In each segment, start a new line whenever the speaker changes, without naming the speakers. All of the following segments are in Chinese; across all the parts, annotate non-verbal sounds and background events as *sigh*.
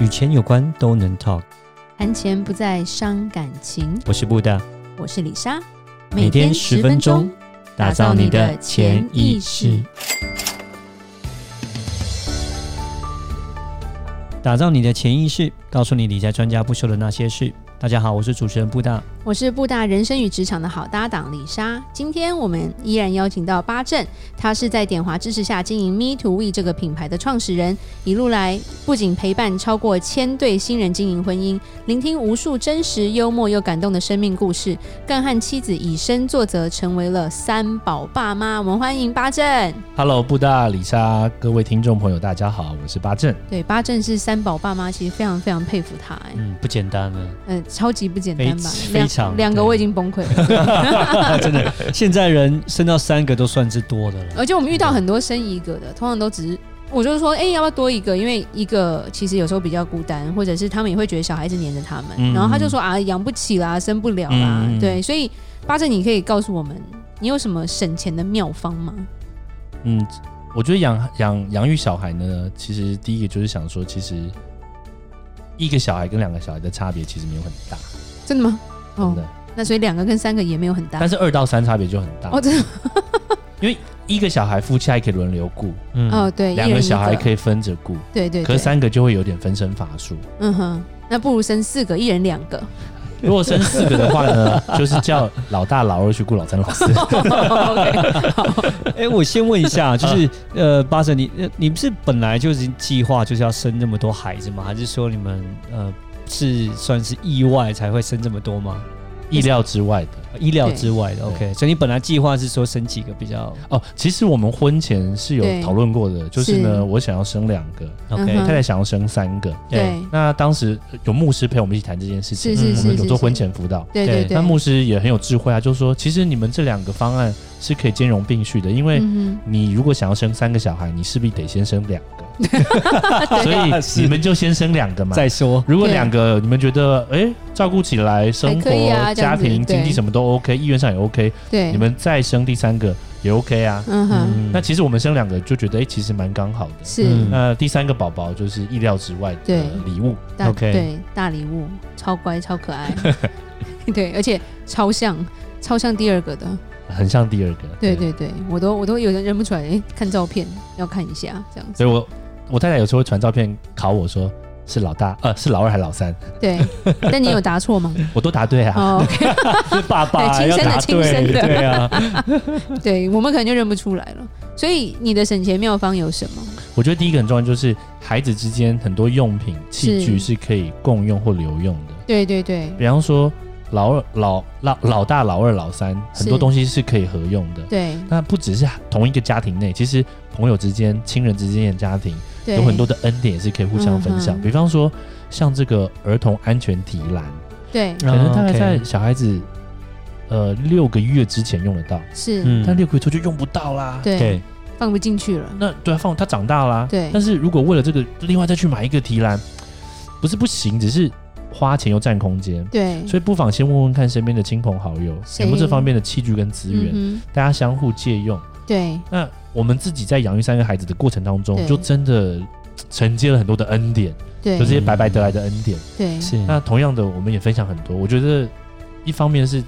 与钱有关都能 talk。
谈钱不再伤感情。
我是布大，
我是李莎，
每天十分钟，打造你的潜意识，打造你的潜意识，告诉你理财专家不说的那些事。大家好，我是主持人布大。
我是布大人生与职场的好搭档李莎。今天我们依然邀请到八正，他是在点华支持下经营 Me to We 这个品牌的创始人，一路来不仅陪伴超过千对新人经营婚姻，聆听无数真实、幽默又感动的生命故事，更和妻子以身作则，成为了三宝爸妈。我们欢迎八正。
Hello，布大李莎，各位听众朋友，大家好，我是八正。
对，八正是三宝爸妈，其实非常非常佩服他、哎，
嗯，不简单了，
嗯、超级不简单吧？
非
两
非常
两个
对
我已经崩溃了。 *laughs*
真的，现在人生到三个都算是多的了。
而且我们遇到很多生一个的，通常都只是。我就说，哎、要不要多一个？因为一个其实有时候比较孤单，或者是他们也会觉得小孩子黏着他们，
嗯
然后他就说啊，养不起啦，生不了啦，
嗯嗯
对。所以八正，你可以告诉我们，你有什么省钱的妙方吗？
嗯，我觉得养养养育小孩呢，其实第一个就是想说，其实一个小孩跟两个小孩的差别其实没有很大，
真的吗？哦
真的，，
那所以两个跟三个也没有很大
但。是二到三差别就很大。
哦，真的，
一个小孩夫妻还可以轮流顾，
嗯，
哦，对，
两
一
个
人
小孩可
以，
以分着顾，
对对
可
对，
是，三个就会有点分身乏术。
嗯哼，那不如生四个，一人两个。
如果生四个的话呢，就是叫老大老二去顾老三老四。
OK，好，
哎、我先问一
*laughs*
下，就是呃，八神，你呃你不是本来就是计划就是要生这么多孩子吗？还是说你们呃是算是意外才会生这么多吗？
意料之外的。
意料之外的
对
，OK。所以你本来计划是说生几个比较
哦，其实我们婚前是
对
有讨论过的，就是
是
呢，我想要生两个，
OK？、
嗯哼
太太想要生三个。
对，
那当时有牧师陪我们一起谈这件事情，
是是
我
是
们
是
有
是，
做婚前辅导。
对
对
对对，
那牧师也很有智慧啊，就说其实你们这两个方案是可以兼容并蓄的，因为
嗯
你如果想要生三个小孩，你势必得先生两个，
*laughs* 哼，
所
对
以你们就先生两个嘛。
再说，
如果两个你们觉得哎、照顾起来生
还可以
活、
啊这
家
样子
庭、经
对
济什么都 OK，意愿上也 OK，
对，
你们再生第三个也 OK 啊。
嗯哼，
嗯，
那其实我们生两个就觉得哎、其实蛮刚好的。
是、
嗯
那呃第三个宝宝就是意料之外
对
的礼物，
大
OK
对大礼物，超乖超可爱，对，而且超像超像第二个的，
很像第二个。
对对对，我都我都有人认不出来，诶看照片要看一下这样子，
所以我我太太有时候会传照片考我说是老大呃是老二还是
*laughs*
老三，
对，但你有答错吗？
我都答对啊。
哦，OK，
是爸爸
对亲
要
生的
答
亲生
*laughs* 对，
的
对啊，
对我们可能就认不出来了。所以你的省钱妙方有什么？
*laughs* 我觉得第一个很重要就是孩子之间很多用品器具是可以共用或留用的，
对对对
比方说老二老老老大老二老三
是
很多东西是可以合用的。
对
那不只是同一个家庭内，其实朋友之间、亲人之间的家庭
对，
有很多的恩典也是可以互相分享。
嗯哼
比方说像这个儿童安全提篮，
啊
对
可
可能大概在小孩子呃六个月之前用得到，
是，
但
嗯，
六个月之后就用不到啦。，
对
对，
放不进去了，
那对啊，放他长大啦。
对
但是如果为了这个另外再去买一个提篮，不是不行，只是花钱又占空间。
对，
所以不妨先问问看身边的亲朋好友
谁
有没有这方面的器具跟资源，
嗯
大家相互借用。
哼，对
那我们自己在养育三个孩子的过程当中
对，
就真的嘖承接了很多的恩典，
对
就这些白白得来的恩典。
对
是
那同样的，我们也分享很多。我觉得一方面是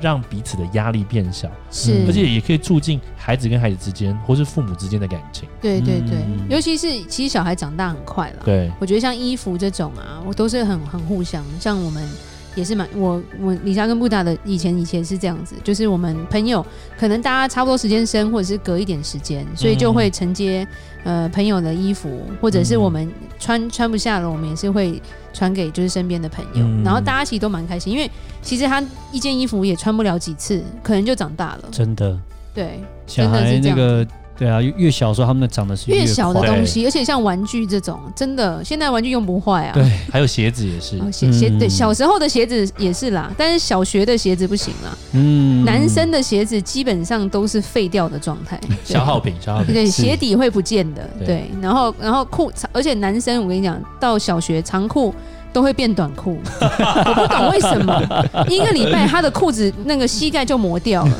让彼此的压力变小，
是，
嗯
而且也可以促进孩子跟孩子之间，或是父母之间的感情。
对对对，
嗯
尤其是其实小孩长大很快了，
对，
我觉得像衣服这种啊，我都是很很互相，像我们。也是蛮我我李莎跟布达的以前以前是这样子，就是我们朋友可能大家差不多时间生，或者是隔一点时间，所以就会承接、呃朋友的衣服，或者是我们穿穿不下了，我们也是会传给就是身边的朋友，
嗯
然后大家其实都蛮开心，因为其实他一件衣服也穿不了几次，可能就长大了，
真的，
对，
小
真的
孩
是这
那
样
个对啊，越越小的时候他们长得是
越小的
快
东西，而且像玩具这种，真的现在玩具用不坏啊。
对
还有鞋子也是
哦，鞋鞋对，
嗯
小时候的鞋子也是啦，但是小学的鞋子不行啦。
嗯
男生的鞋子基本上都是废掉的状
*laughs*
态，对
*laughs* 消耗品，消耗品。
对，
是
鞋底会不见的，
对
对。然后，然后裤，而且男生我跟你讲，到小学长裤都会变短裤，我不懂为什么，一个礼拜他的裤子那个膝盖就磨掉了，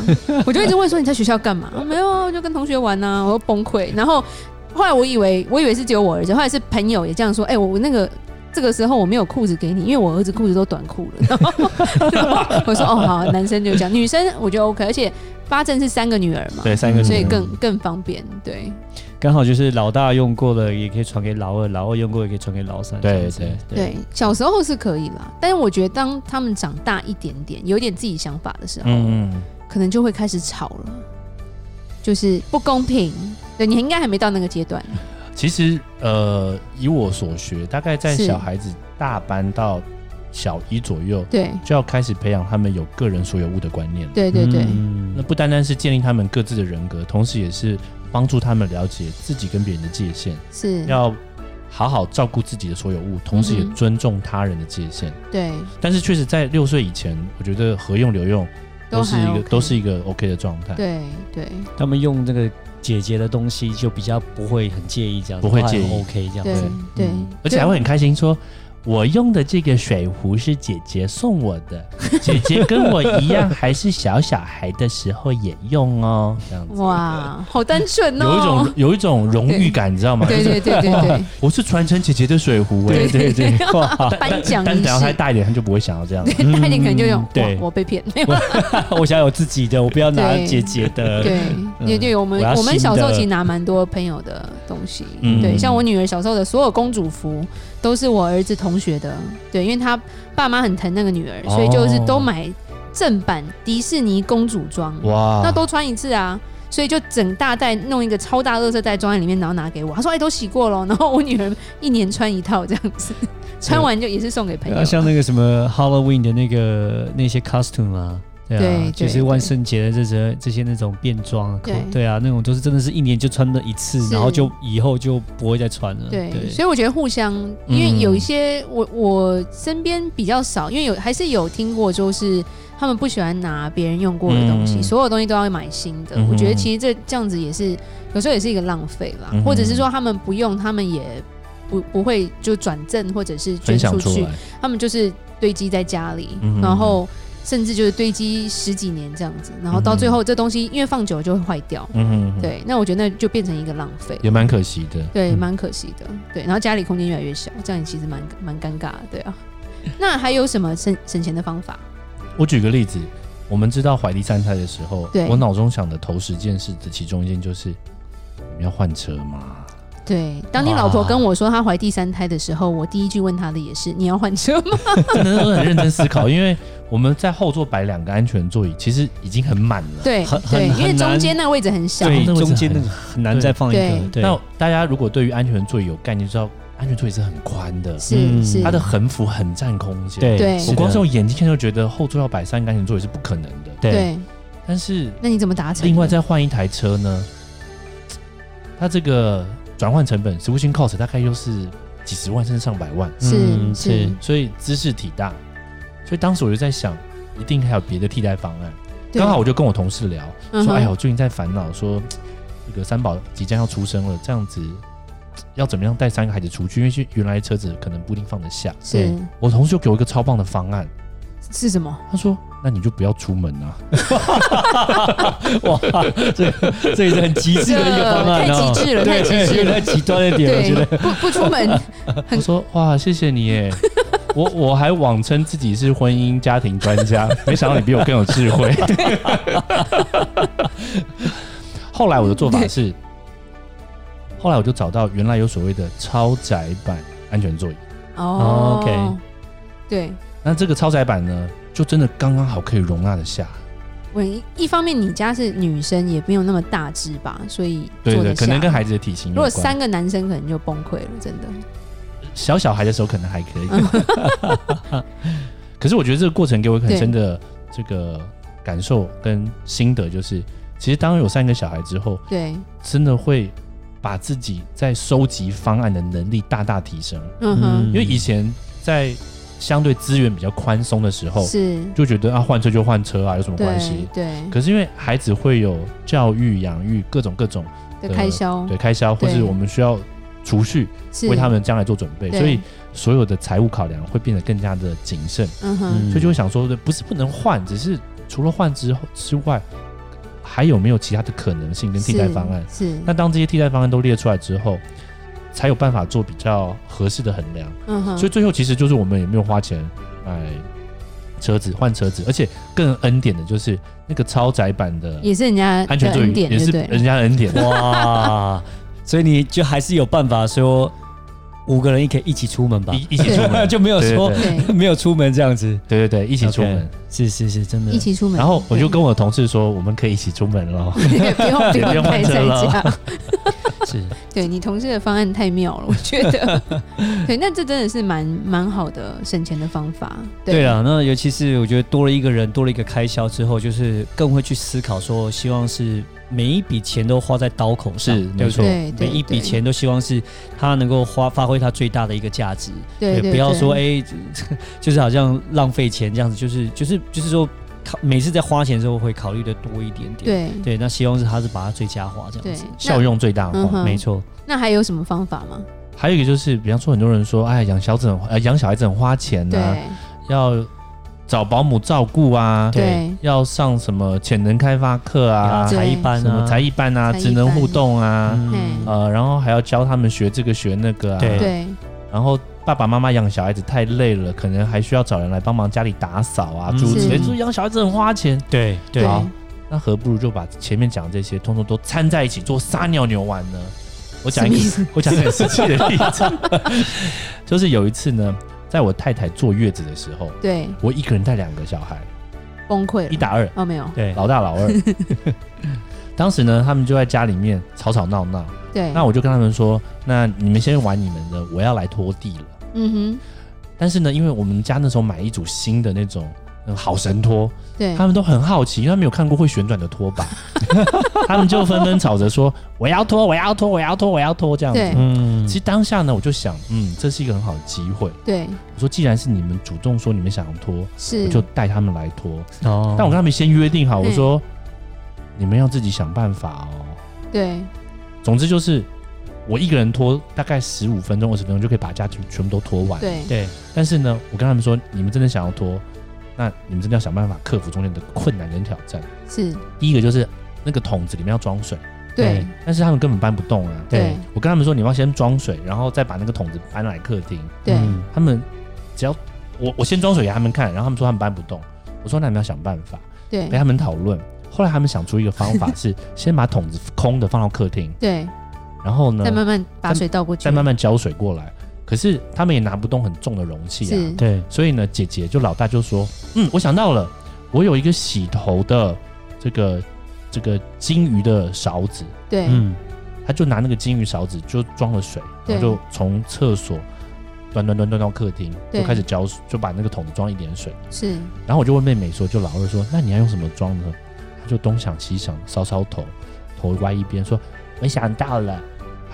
我就一直问说你在学校干嘛？没有，就跟同学玩呐、啊，我就崩溃。然后后来我以为我以为是只有我儿子，后来是朋友也这样说，哎、我我那个。这个时候我没有裤子给你，因为我儿子裤子都短裤了。然 *laughs* 后然后我说哦好，男生就这样，女生我觉得 OK，而且八正是三个女儿嘛，
对，三个
嗯
女儿
所以更更方便。对，
刚好就是老大用过了，也可以传给老二；老二用过，也可以传给老三。
对
这样子
对
对，小时候是可以啦，但是我觉得当他们长大一点点，有点自己想法的时候，
嗯嗯，
可能就会开始吵了，就是不公平。对你应该还没到那个阶段，
嗯其实呃，以我所学，大概在
是
小孩子大班到小一左右，
对，
就要开始培养他们有个人所有物的观念了。
对对对，
嗯
那不单单是建立他们各自的人格，同时也是帮助他们了解自己跟别人的界限，
是，
要好好照顾自己的所有物，同时也
嗯哼
尊重他人的界限。
对，
但是确实，在六岁以前，我觉得合用留用都是
还
一个
OK，
都是一个 OK 的状态。
对对
他们用这个姐姐的东西，就比较不会很介意这样子，
不会介意
都还很 OK 这样
对
子。
对
嗯，
而且还会很开心说。我用的这个水壶是姐姐送我的，姐姐跟我一样还是小小孩的时候也用哦，这样子 *laughs*
哇，好单纯哦，
有一种有一种荣誉感，你知道吗？
对对对对
*laughs*
对
我是传承姐姐的水壶、哎，
对对 *laughs* 对，
哇，
但
颁奖
但
仪
但等到
*laughs*
他
式，
大一点，他就不会想要这样。
对，大一点可能就有种
嗯对
哇，我被骗，
*laughs* 我想有自己的，我不要拿
对
姐姐的。
对，
嗯
也就有我们
我要
我们
新
小时候
的
其实拿蛮多朋友的东西，
嗯
对，像我女儿小时候的所有公主服都是我儿子同学的，对，因为他爸妈很疼那个女儿，所以就是
哦
都买正版迪士尼公主装，
*laughs* 哇，
那都穿一次啊。所以就整大袋弄一个超大垃圾袋装在里面，然后拿给我。他说：“哎，都洗过了。”然后我女儿一年穿一套这样子，穿完就也是送给朋
对
友
啊，。像那个什么 Halloween 的那个那些 costume 啊，对啊，
对
就
对
是万圣节的这些这些那种变装啊，
对
口对啊，那种就是真的是一年就穿了一次，
是
然后就以后就不会再穿
嗯
了。
对，
对，
所以我觉得互相，因为有一些我我身边比较少，因为有还是有听过，就是他们不喜欢拿别人用过的东西，
嗯
所有东西都要买新的。
嗯哼
我觉得其实这这样子也是有时候也是一个浪费啦，
嗯哼
或者是说他们不用，他们也不不会就转赠或者是捐
分享
出
出
去
来，，
他们就是堆积在家里，
嗯哼
然后甚至就是堆积十几年这样子，然后到最后这东西因为放久了就会坏掉。
嗯哼，
对，那我觉得那就变成一个浪费。
也蛮可惜的。
对，蛮可惜的。对，然后家里空间越来越小，这样也其实蛮蛮尴尬的，对 *laughs* 啊。那还有什么省省钱的方法？
我举个例子，我们知道怀第三胎的时候
对，
我脑中想的头十件事的其中一件就是，你们要换车吗？
对，当你老婆跟我说她怀第三胎的时候，我第一句问她的也是：你要换车吗？
真的都很认真思考，因为我们在后座摆两个安全座椅，其实已经很满了。
*laughs* 对
很
对，
很
因为
很
中
难
间那个位置很小，
对，
那位置
中间那
很
个很难再放一个。对，
那大家如果对于安全座椅有概念，就知道安全座椅是很宽的，
是、
嗯
是，
它的横幅很占空间。
对
对
是
我
的
光是用眼睛看就觉得后座要摆三个安全座椅是不可能的。
对
对，
但是
那你怎么达成的？
另外再换一台车呢，它这个转换成本 switching cost 大概又是几十万甚至上百万，
是、
嗯
是
是
所以姿势体大，所以当时我就在想，一定还有别的替代方案。
对
刚好我就跟我同事聊，
嗯
说：“
哼
哎呀，我最近在烦恼，说嘖这个三宝即将要出生了，这样子嘖要怎么样带三个孩子出去？因为原来车子可能不一定放得下。”
是
我同事就给我一个超棒的方案，
是什么？
他说：“那你就不要出门啊。
哇，这 *laughs* 这也是很极致的一个方案
这
哦，
太极致了
对
太极致了
有点太极端了一点，我
对
觉得。，
不不出门，
我说：“哇，谢谢
*laughs*
你耶！我我还妄称自己是婚姻家庭专
*laughs*
家，没想到你比我更有智慧。后来我的做法是，后来我就找到原来有所谓的超窄版安全座椅。
哦
OK
对。
那这个超窄版呢，就真的刚刚好可以容纳得下。
我一一方面，你家是女生，也没有那么大只吧，所以
对
坐得
对，可能
下
跟孩子的体型有
如果
关。
三个男生可能就崩溃了，真的。
小小孩的时候，可能还可以。
嗯
*laughs* 可是我觉得这个过程给我一个很深的这个感受跟心得，就是其实当有三个小孩之后，
对，
真的会把自己在收集方案的能力大大提升。
嗯哼，
因为以前在相对资源比较宽松的时候，
是，
就觉得啊换车就换车啊，有什么关
对
系？
对
可是因为孩子会有教育、养育各种各种。
的
的
开销，
对开销，或
对
是我们需要储蓄，
是
为他，们将来做准备，
对
所以所有的财务考量会变得更加的谨慎，
嗯哼，
所以就会想说，不是不能换，只是除了换之后之外，还有没有其他的可能性跟替代方案？
是，是
那当这些替代方案都列出来之后，才有办法做比较合适的衡量。
嗯哼，
所以最后其实就是我们也没有花钱买车子换车子，而且更恩典的就是那个超窄版的
也是人家
安全
的
座
恩
椅，
典，
也
对
是
不对
人？家的恩典。
哇，所以你就还是有办法说五个人也可以一起出门吧，
一一起出
*laughs*
门
就没有
对对
说
对
对，
没有出门这样子，
对对对，一起出门。
是是是，真的
一。起出门，
嗯然后我就跟我同事说，我们可以一起出门喽。
*laughs* 对不用不
也
用
不用
待
换车
在
了
家。
是
*laughs* 对你同事的方案太妙了，我觉
*laughs*
得。对，那这真的是蛮蛮好的省钱的方法。
对
啊
了，那尤其是我觉得多了一个人，多了一个开销之后，就是更会去思考说，希望是每一笔钱都花在刀口上，
是
对
没
不
错
对？
对对
每一笔
对
钱都希望是它能够花发挥它最大的一个价值，
对对，
不要
对
说哎、 *laughs* 这就是好像浪费钱这样子，就是就是就是说考每次在花钱的时候会考虑的多一点点。
对
对，那希望是它是把它最佳化这
对
样子，。
那
*laughs* 效用最大
嗯
化。
哼
没错，
那还有什么方法吗？
还有一个就是，比方说很多人说，哎，养小子很花呃养小孩子很花钱呐、
对
要找保姆照顾啊，
对
要上什么潜能开发课啊，
对
才一般
什么
啊，
才艺班啊，
才艺
职能
班
互动啊，
嗯
呃，然后还要教他们学这个学那个啊，
对
对
然后爸爸妈妈养小孩子太累了，可能还需要找人来帮忙家里打扫啊，
嗯
诸如此类。
是
就是养小孩子很花钱，
对对
对
好那何不如就把前面讲的这些通通都掺在一起做撒尿牛丸呢？我讲一
什
个，我讲一个很实际的例子， *laughs* 就是有一次呢，在我太太坐月子的时候，
对，
我一个人带两个小孩，
崩溃
一
了。
打二，
哦，没有，
对，
老大老二。当时呢，他们就在家里面吵吵闹闹，
对，
那我就跟他们说：“那你们先玩你们的，我要来拖地了。”
嗯
但是呢，因为我们家那时候买一组新的那种。嗯好神拖，
哼，对
他，们都很好奇，因为他们没有看过会旋转的拖
*laughs*
把，他们就纷纷吵着说：“我要拖，我要拖，我要拖，我要拖。”这样
对
子。
嗯
其实当下呢，我就想，嗯，这是一个很好的机会。
对，
我说，既然是你们主动说你们想拖，
是
我，就带他们来拖。
哦
但我跟他们先约定好，
嗯
我说你们要自己想办法哦。
对
总之就是我一个人拖大概十五分钟、二十分钟就可以把家全全部都拖完。
对
对
但是呢，我跟他们说，你们真的想要拖，那你们真的要想办法克服中间的困难跟挑战。
是，
第一个就是那个桶子里面要装水，
对
但是他们根本搬不动啊。
对
我跟他们说，你们要先装水，然后再把那个桶子搬来客厅。
对
嗯
他们只要我我先装水给他们看，然后他们说他们搬不动，我说那你们要想办法，
对
陪他们讨论。后来他们想出一个方
*laughs*
法是，先把桶子空的放到客厅，
对，
然后呢
再慢慢把
再
水倒过去，
再慢慢浇水过来。可是他们也拿不动很重的容器啊，
是，
对，
所以呢，姐姐就老大就说：“嗯，我想到了，我有一个洗头的这个这个金鱼的勺子，
对
嗯，
他就拿那个金鱼勺子就装了水，
对
然后就从厕所端端端端到客厅，
对
就开始浇，就把那个桶子装一点水。
是，
然后我就问妹妹说，就老二说，那你要用什么装呢？他就东想西想，搔搔头，头歪一边说：我想到了。”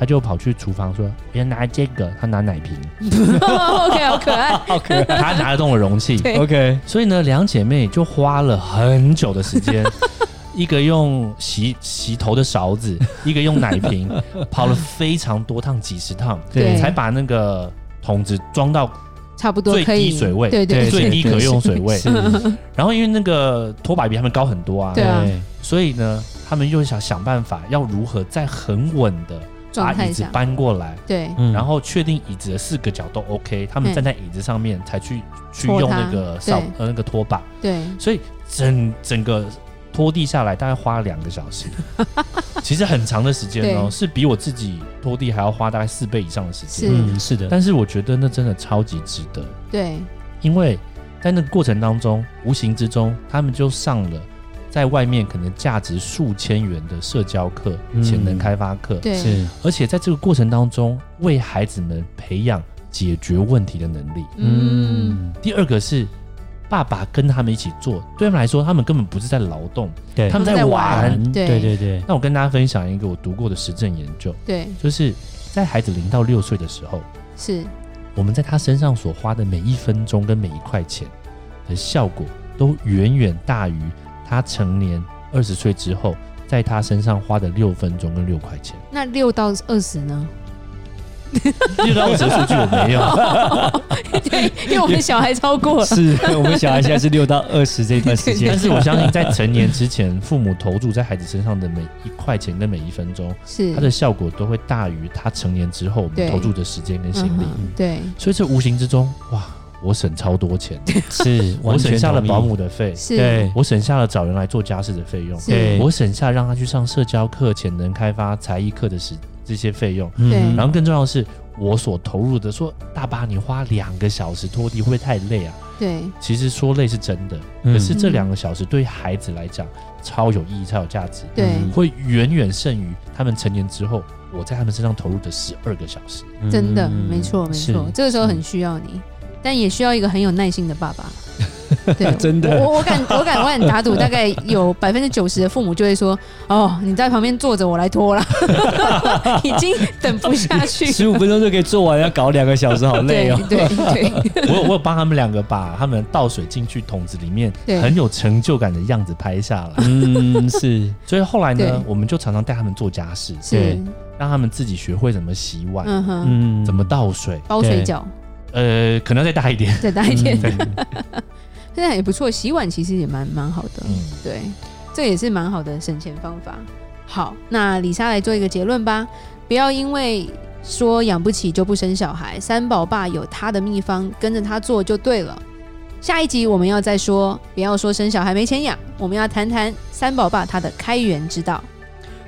他就跑去厨房说：“我要拿这个。”他拿奶瓶，嗯
*laughs* OK，好可
*laughs*
爱，
好可爱。
他拿得动的容器。
对
*laughs* OK，
所以呢，两姐妹就花了很久的时间，一个用洗洗头的勺子，一个用奶瓶，跑了非常多趟，几十趟，
对
才把那个桶子装到
差不多
最
可以，
低水位
对
对
对，
最低可
*laughs*
用
是
水位。
是，
然后因为那个拖把比他们高很多啊，
对啊
对
所以呢，他们又想想办法，要如何在很稳的把
状态
椅子
下，
搬过来。
对
嗯
然后确定椅子的四个角都 OK，他们
嗯
站在椅子上面才去去
拖
用
它
那个扫
对
呃那个拖把，
对
所以整整个拖地下来大概花了两个小
*laughs*
时，其实很长的时间哦，
对
是比我自己拖地还要花大概四倍以上的时间。
是
嗯，是的，
但是我觉得那真的超级值得，
对
因为在那个过程当中，无形之中他们就上了在外面可能价值数千元的社交课、
嗯
潜能开发课，
对
是
而且在这个过程当中，为孩子们培养解决问题的能力。
嗯，
第二个是爸爸跟他们一起做，对他们来说，他们根本不是在劳动，
对，
他们
在
在
玩
玩。
对
对对对，
那我跟大家分享一个我读过的实证研究，
对
就是在孩子零到六岁的时候，
是，
我们在他身上所花的每一分钟跟每一块钱的效果，都远远大于他成年二十岁之后在他身上花的六分钟跟六块
*laughs*
钱。 *laughs*
那六到二十呢？ *laughs*
六到二十的数据我没有，
对，因为我们小孩超过了，
是我们小孩现在是六到二十这段时间
但，是我相信，在成年之前，父母投注在孩子身上的每一块钱跟每一分钟，
是
它的效果都会大于他成年之后我
嗯对
们投注的时间跟心
嗯
力。
哼对，
所以这无形之中，哇，我省超多钱，
是
我
完全
省下了
同意
保姆的费，
是
对
我省下了找人来做家事的费用，
是
对
我省下让他去上社交课、潜能开发、才艺课的时这些费用。
嗯
对
然后更重要的是，我所投入的说，大巴你花两个小时拖地会不会太累啊？
对，
其实说累是真的，
嗯
可是这
嗯
两个小时对孩子来讲超有意义、超有价值，
对
嗯
会远远胜于他们成年之后我在他们身上投入的十二个小
*laughs*
时。
真的没错没
嗯是
错，这个时候很需要你，但也需要一个很有耐心的
*laughs*
爸爸。对，
啊真的
我我我敢我敢我敢打赌，大概有百分之九十的父母就会说：“哦，你在旁边坐着，我来
*laughs*
拖啦，已经等不下去。
十五分钟就可以做完，要搞两个小时，好累
对”
哦。
对
*laughs*
对对
我有我有帮他们两个把他们倒水进去桶子里面
对
很有成就感的样子拍下来，
嗯，是，
所以后来
对
呢，我们就常常带他们做家事，
是
对，
让他们自己学会怎么洗碗、
嗯哼，
嗯，
怎么倒水，
包水饺
呃，可能再大一点，
再大一点，
嗯？
现在也不错，洗碗其实也蛮蛮好的。
嗯，
对，这也是蛮好的省钱方法。好，那李莎来做一个结论吧，不要因为说养不起就不生小孩，三宝爸有他的秘方，跟着他做就对了。下一集我们要再说，不要说生小孩没钱养，我们要谈谈三宝爸他的开源之道。
*laughs*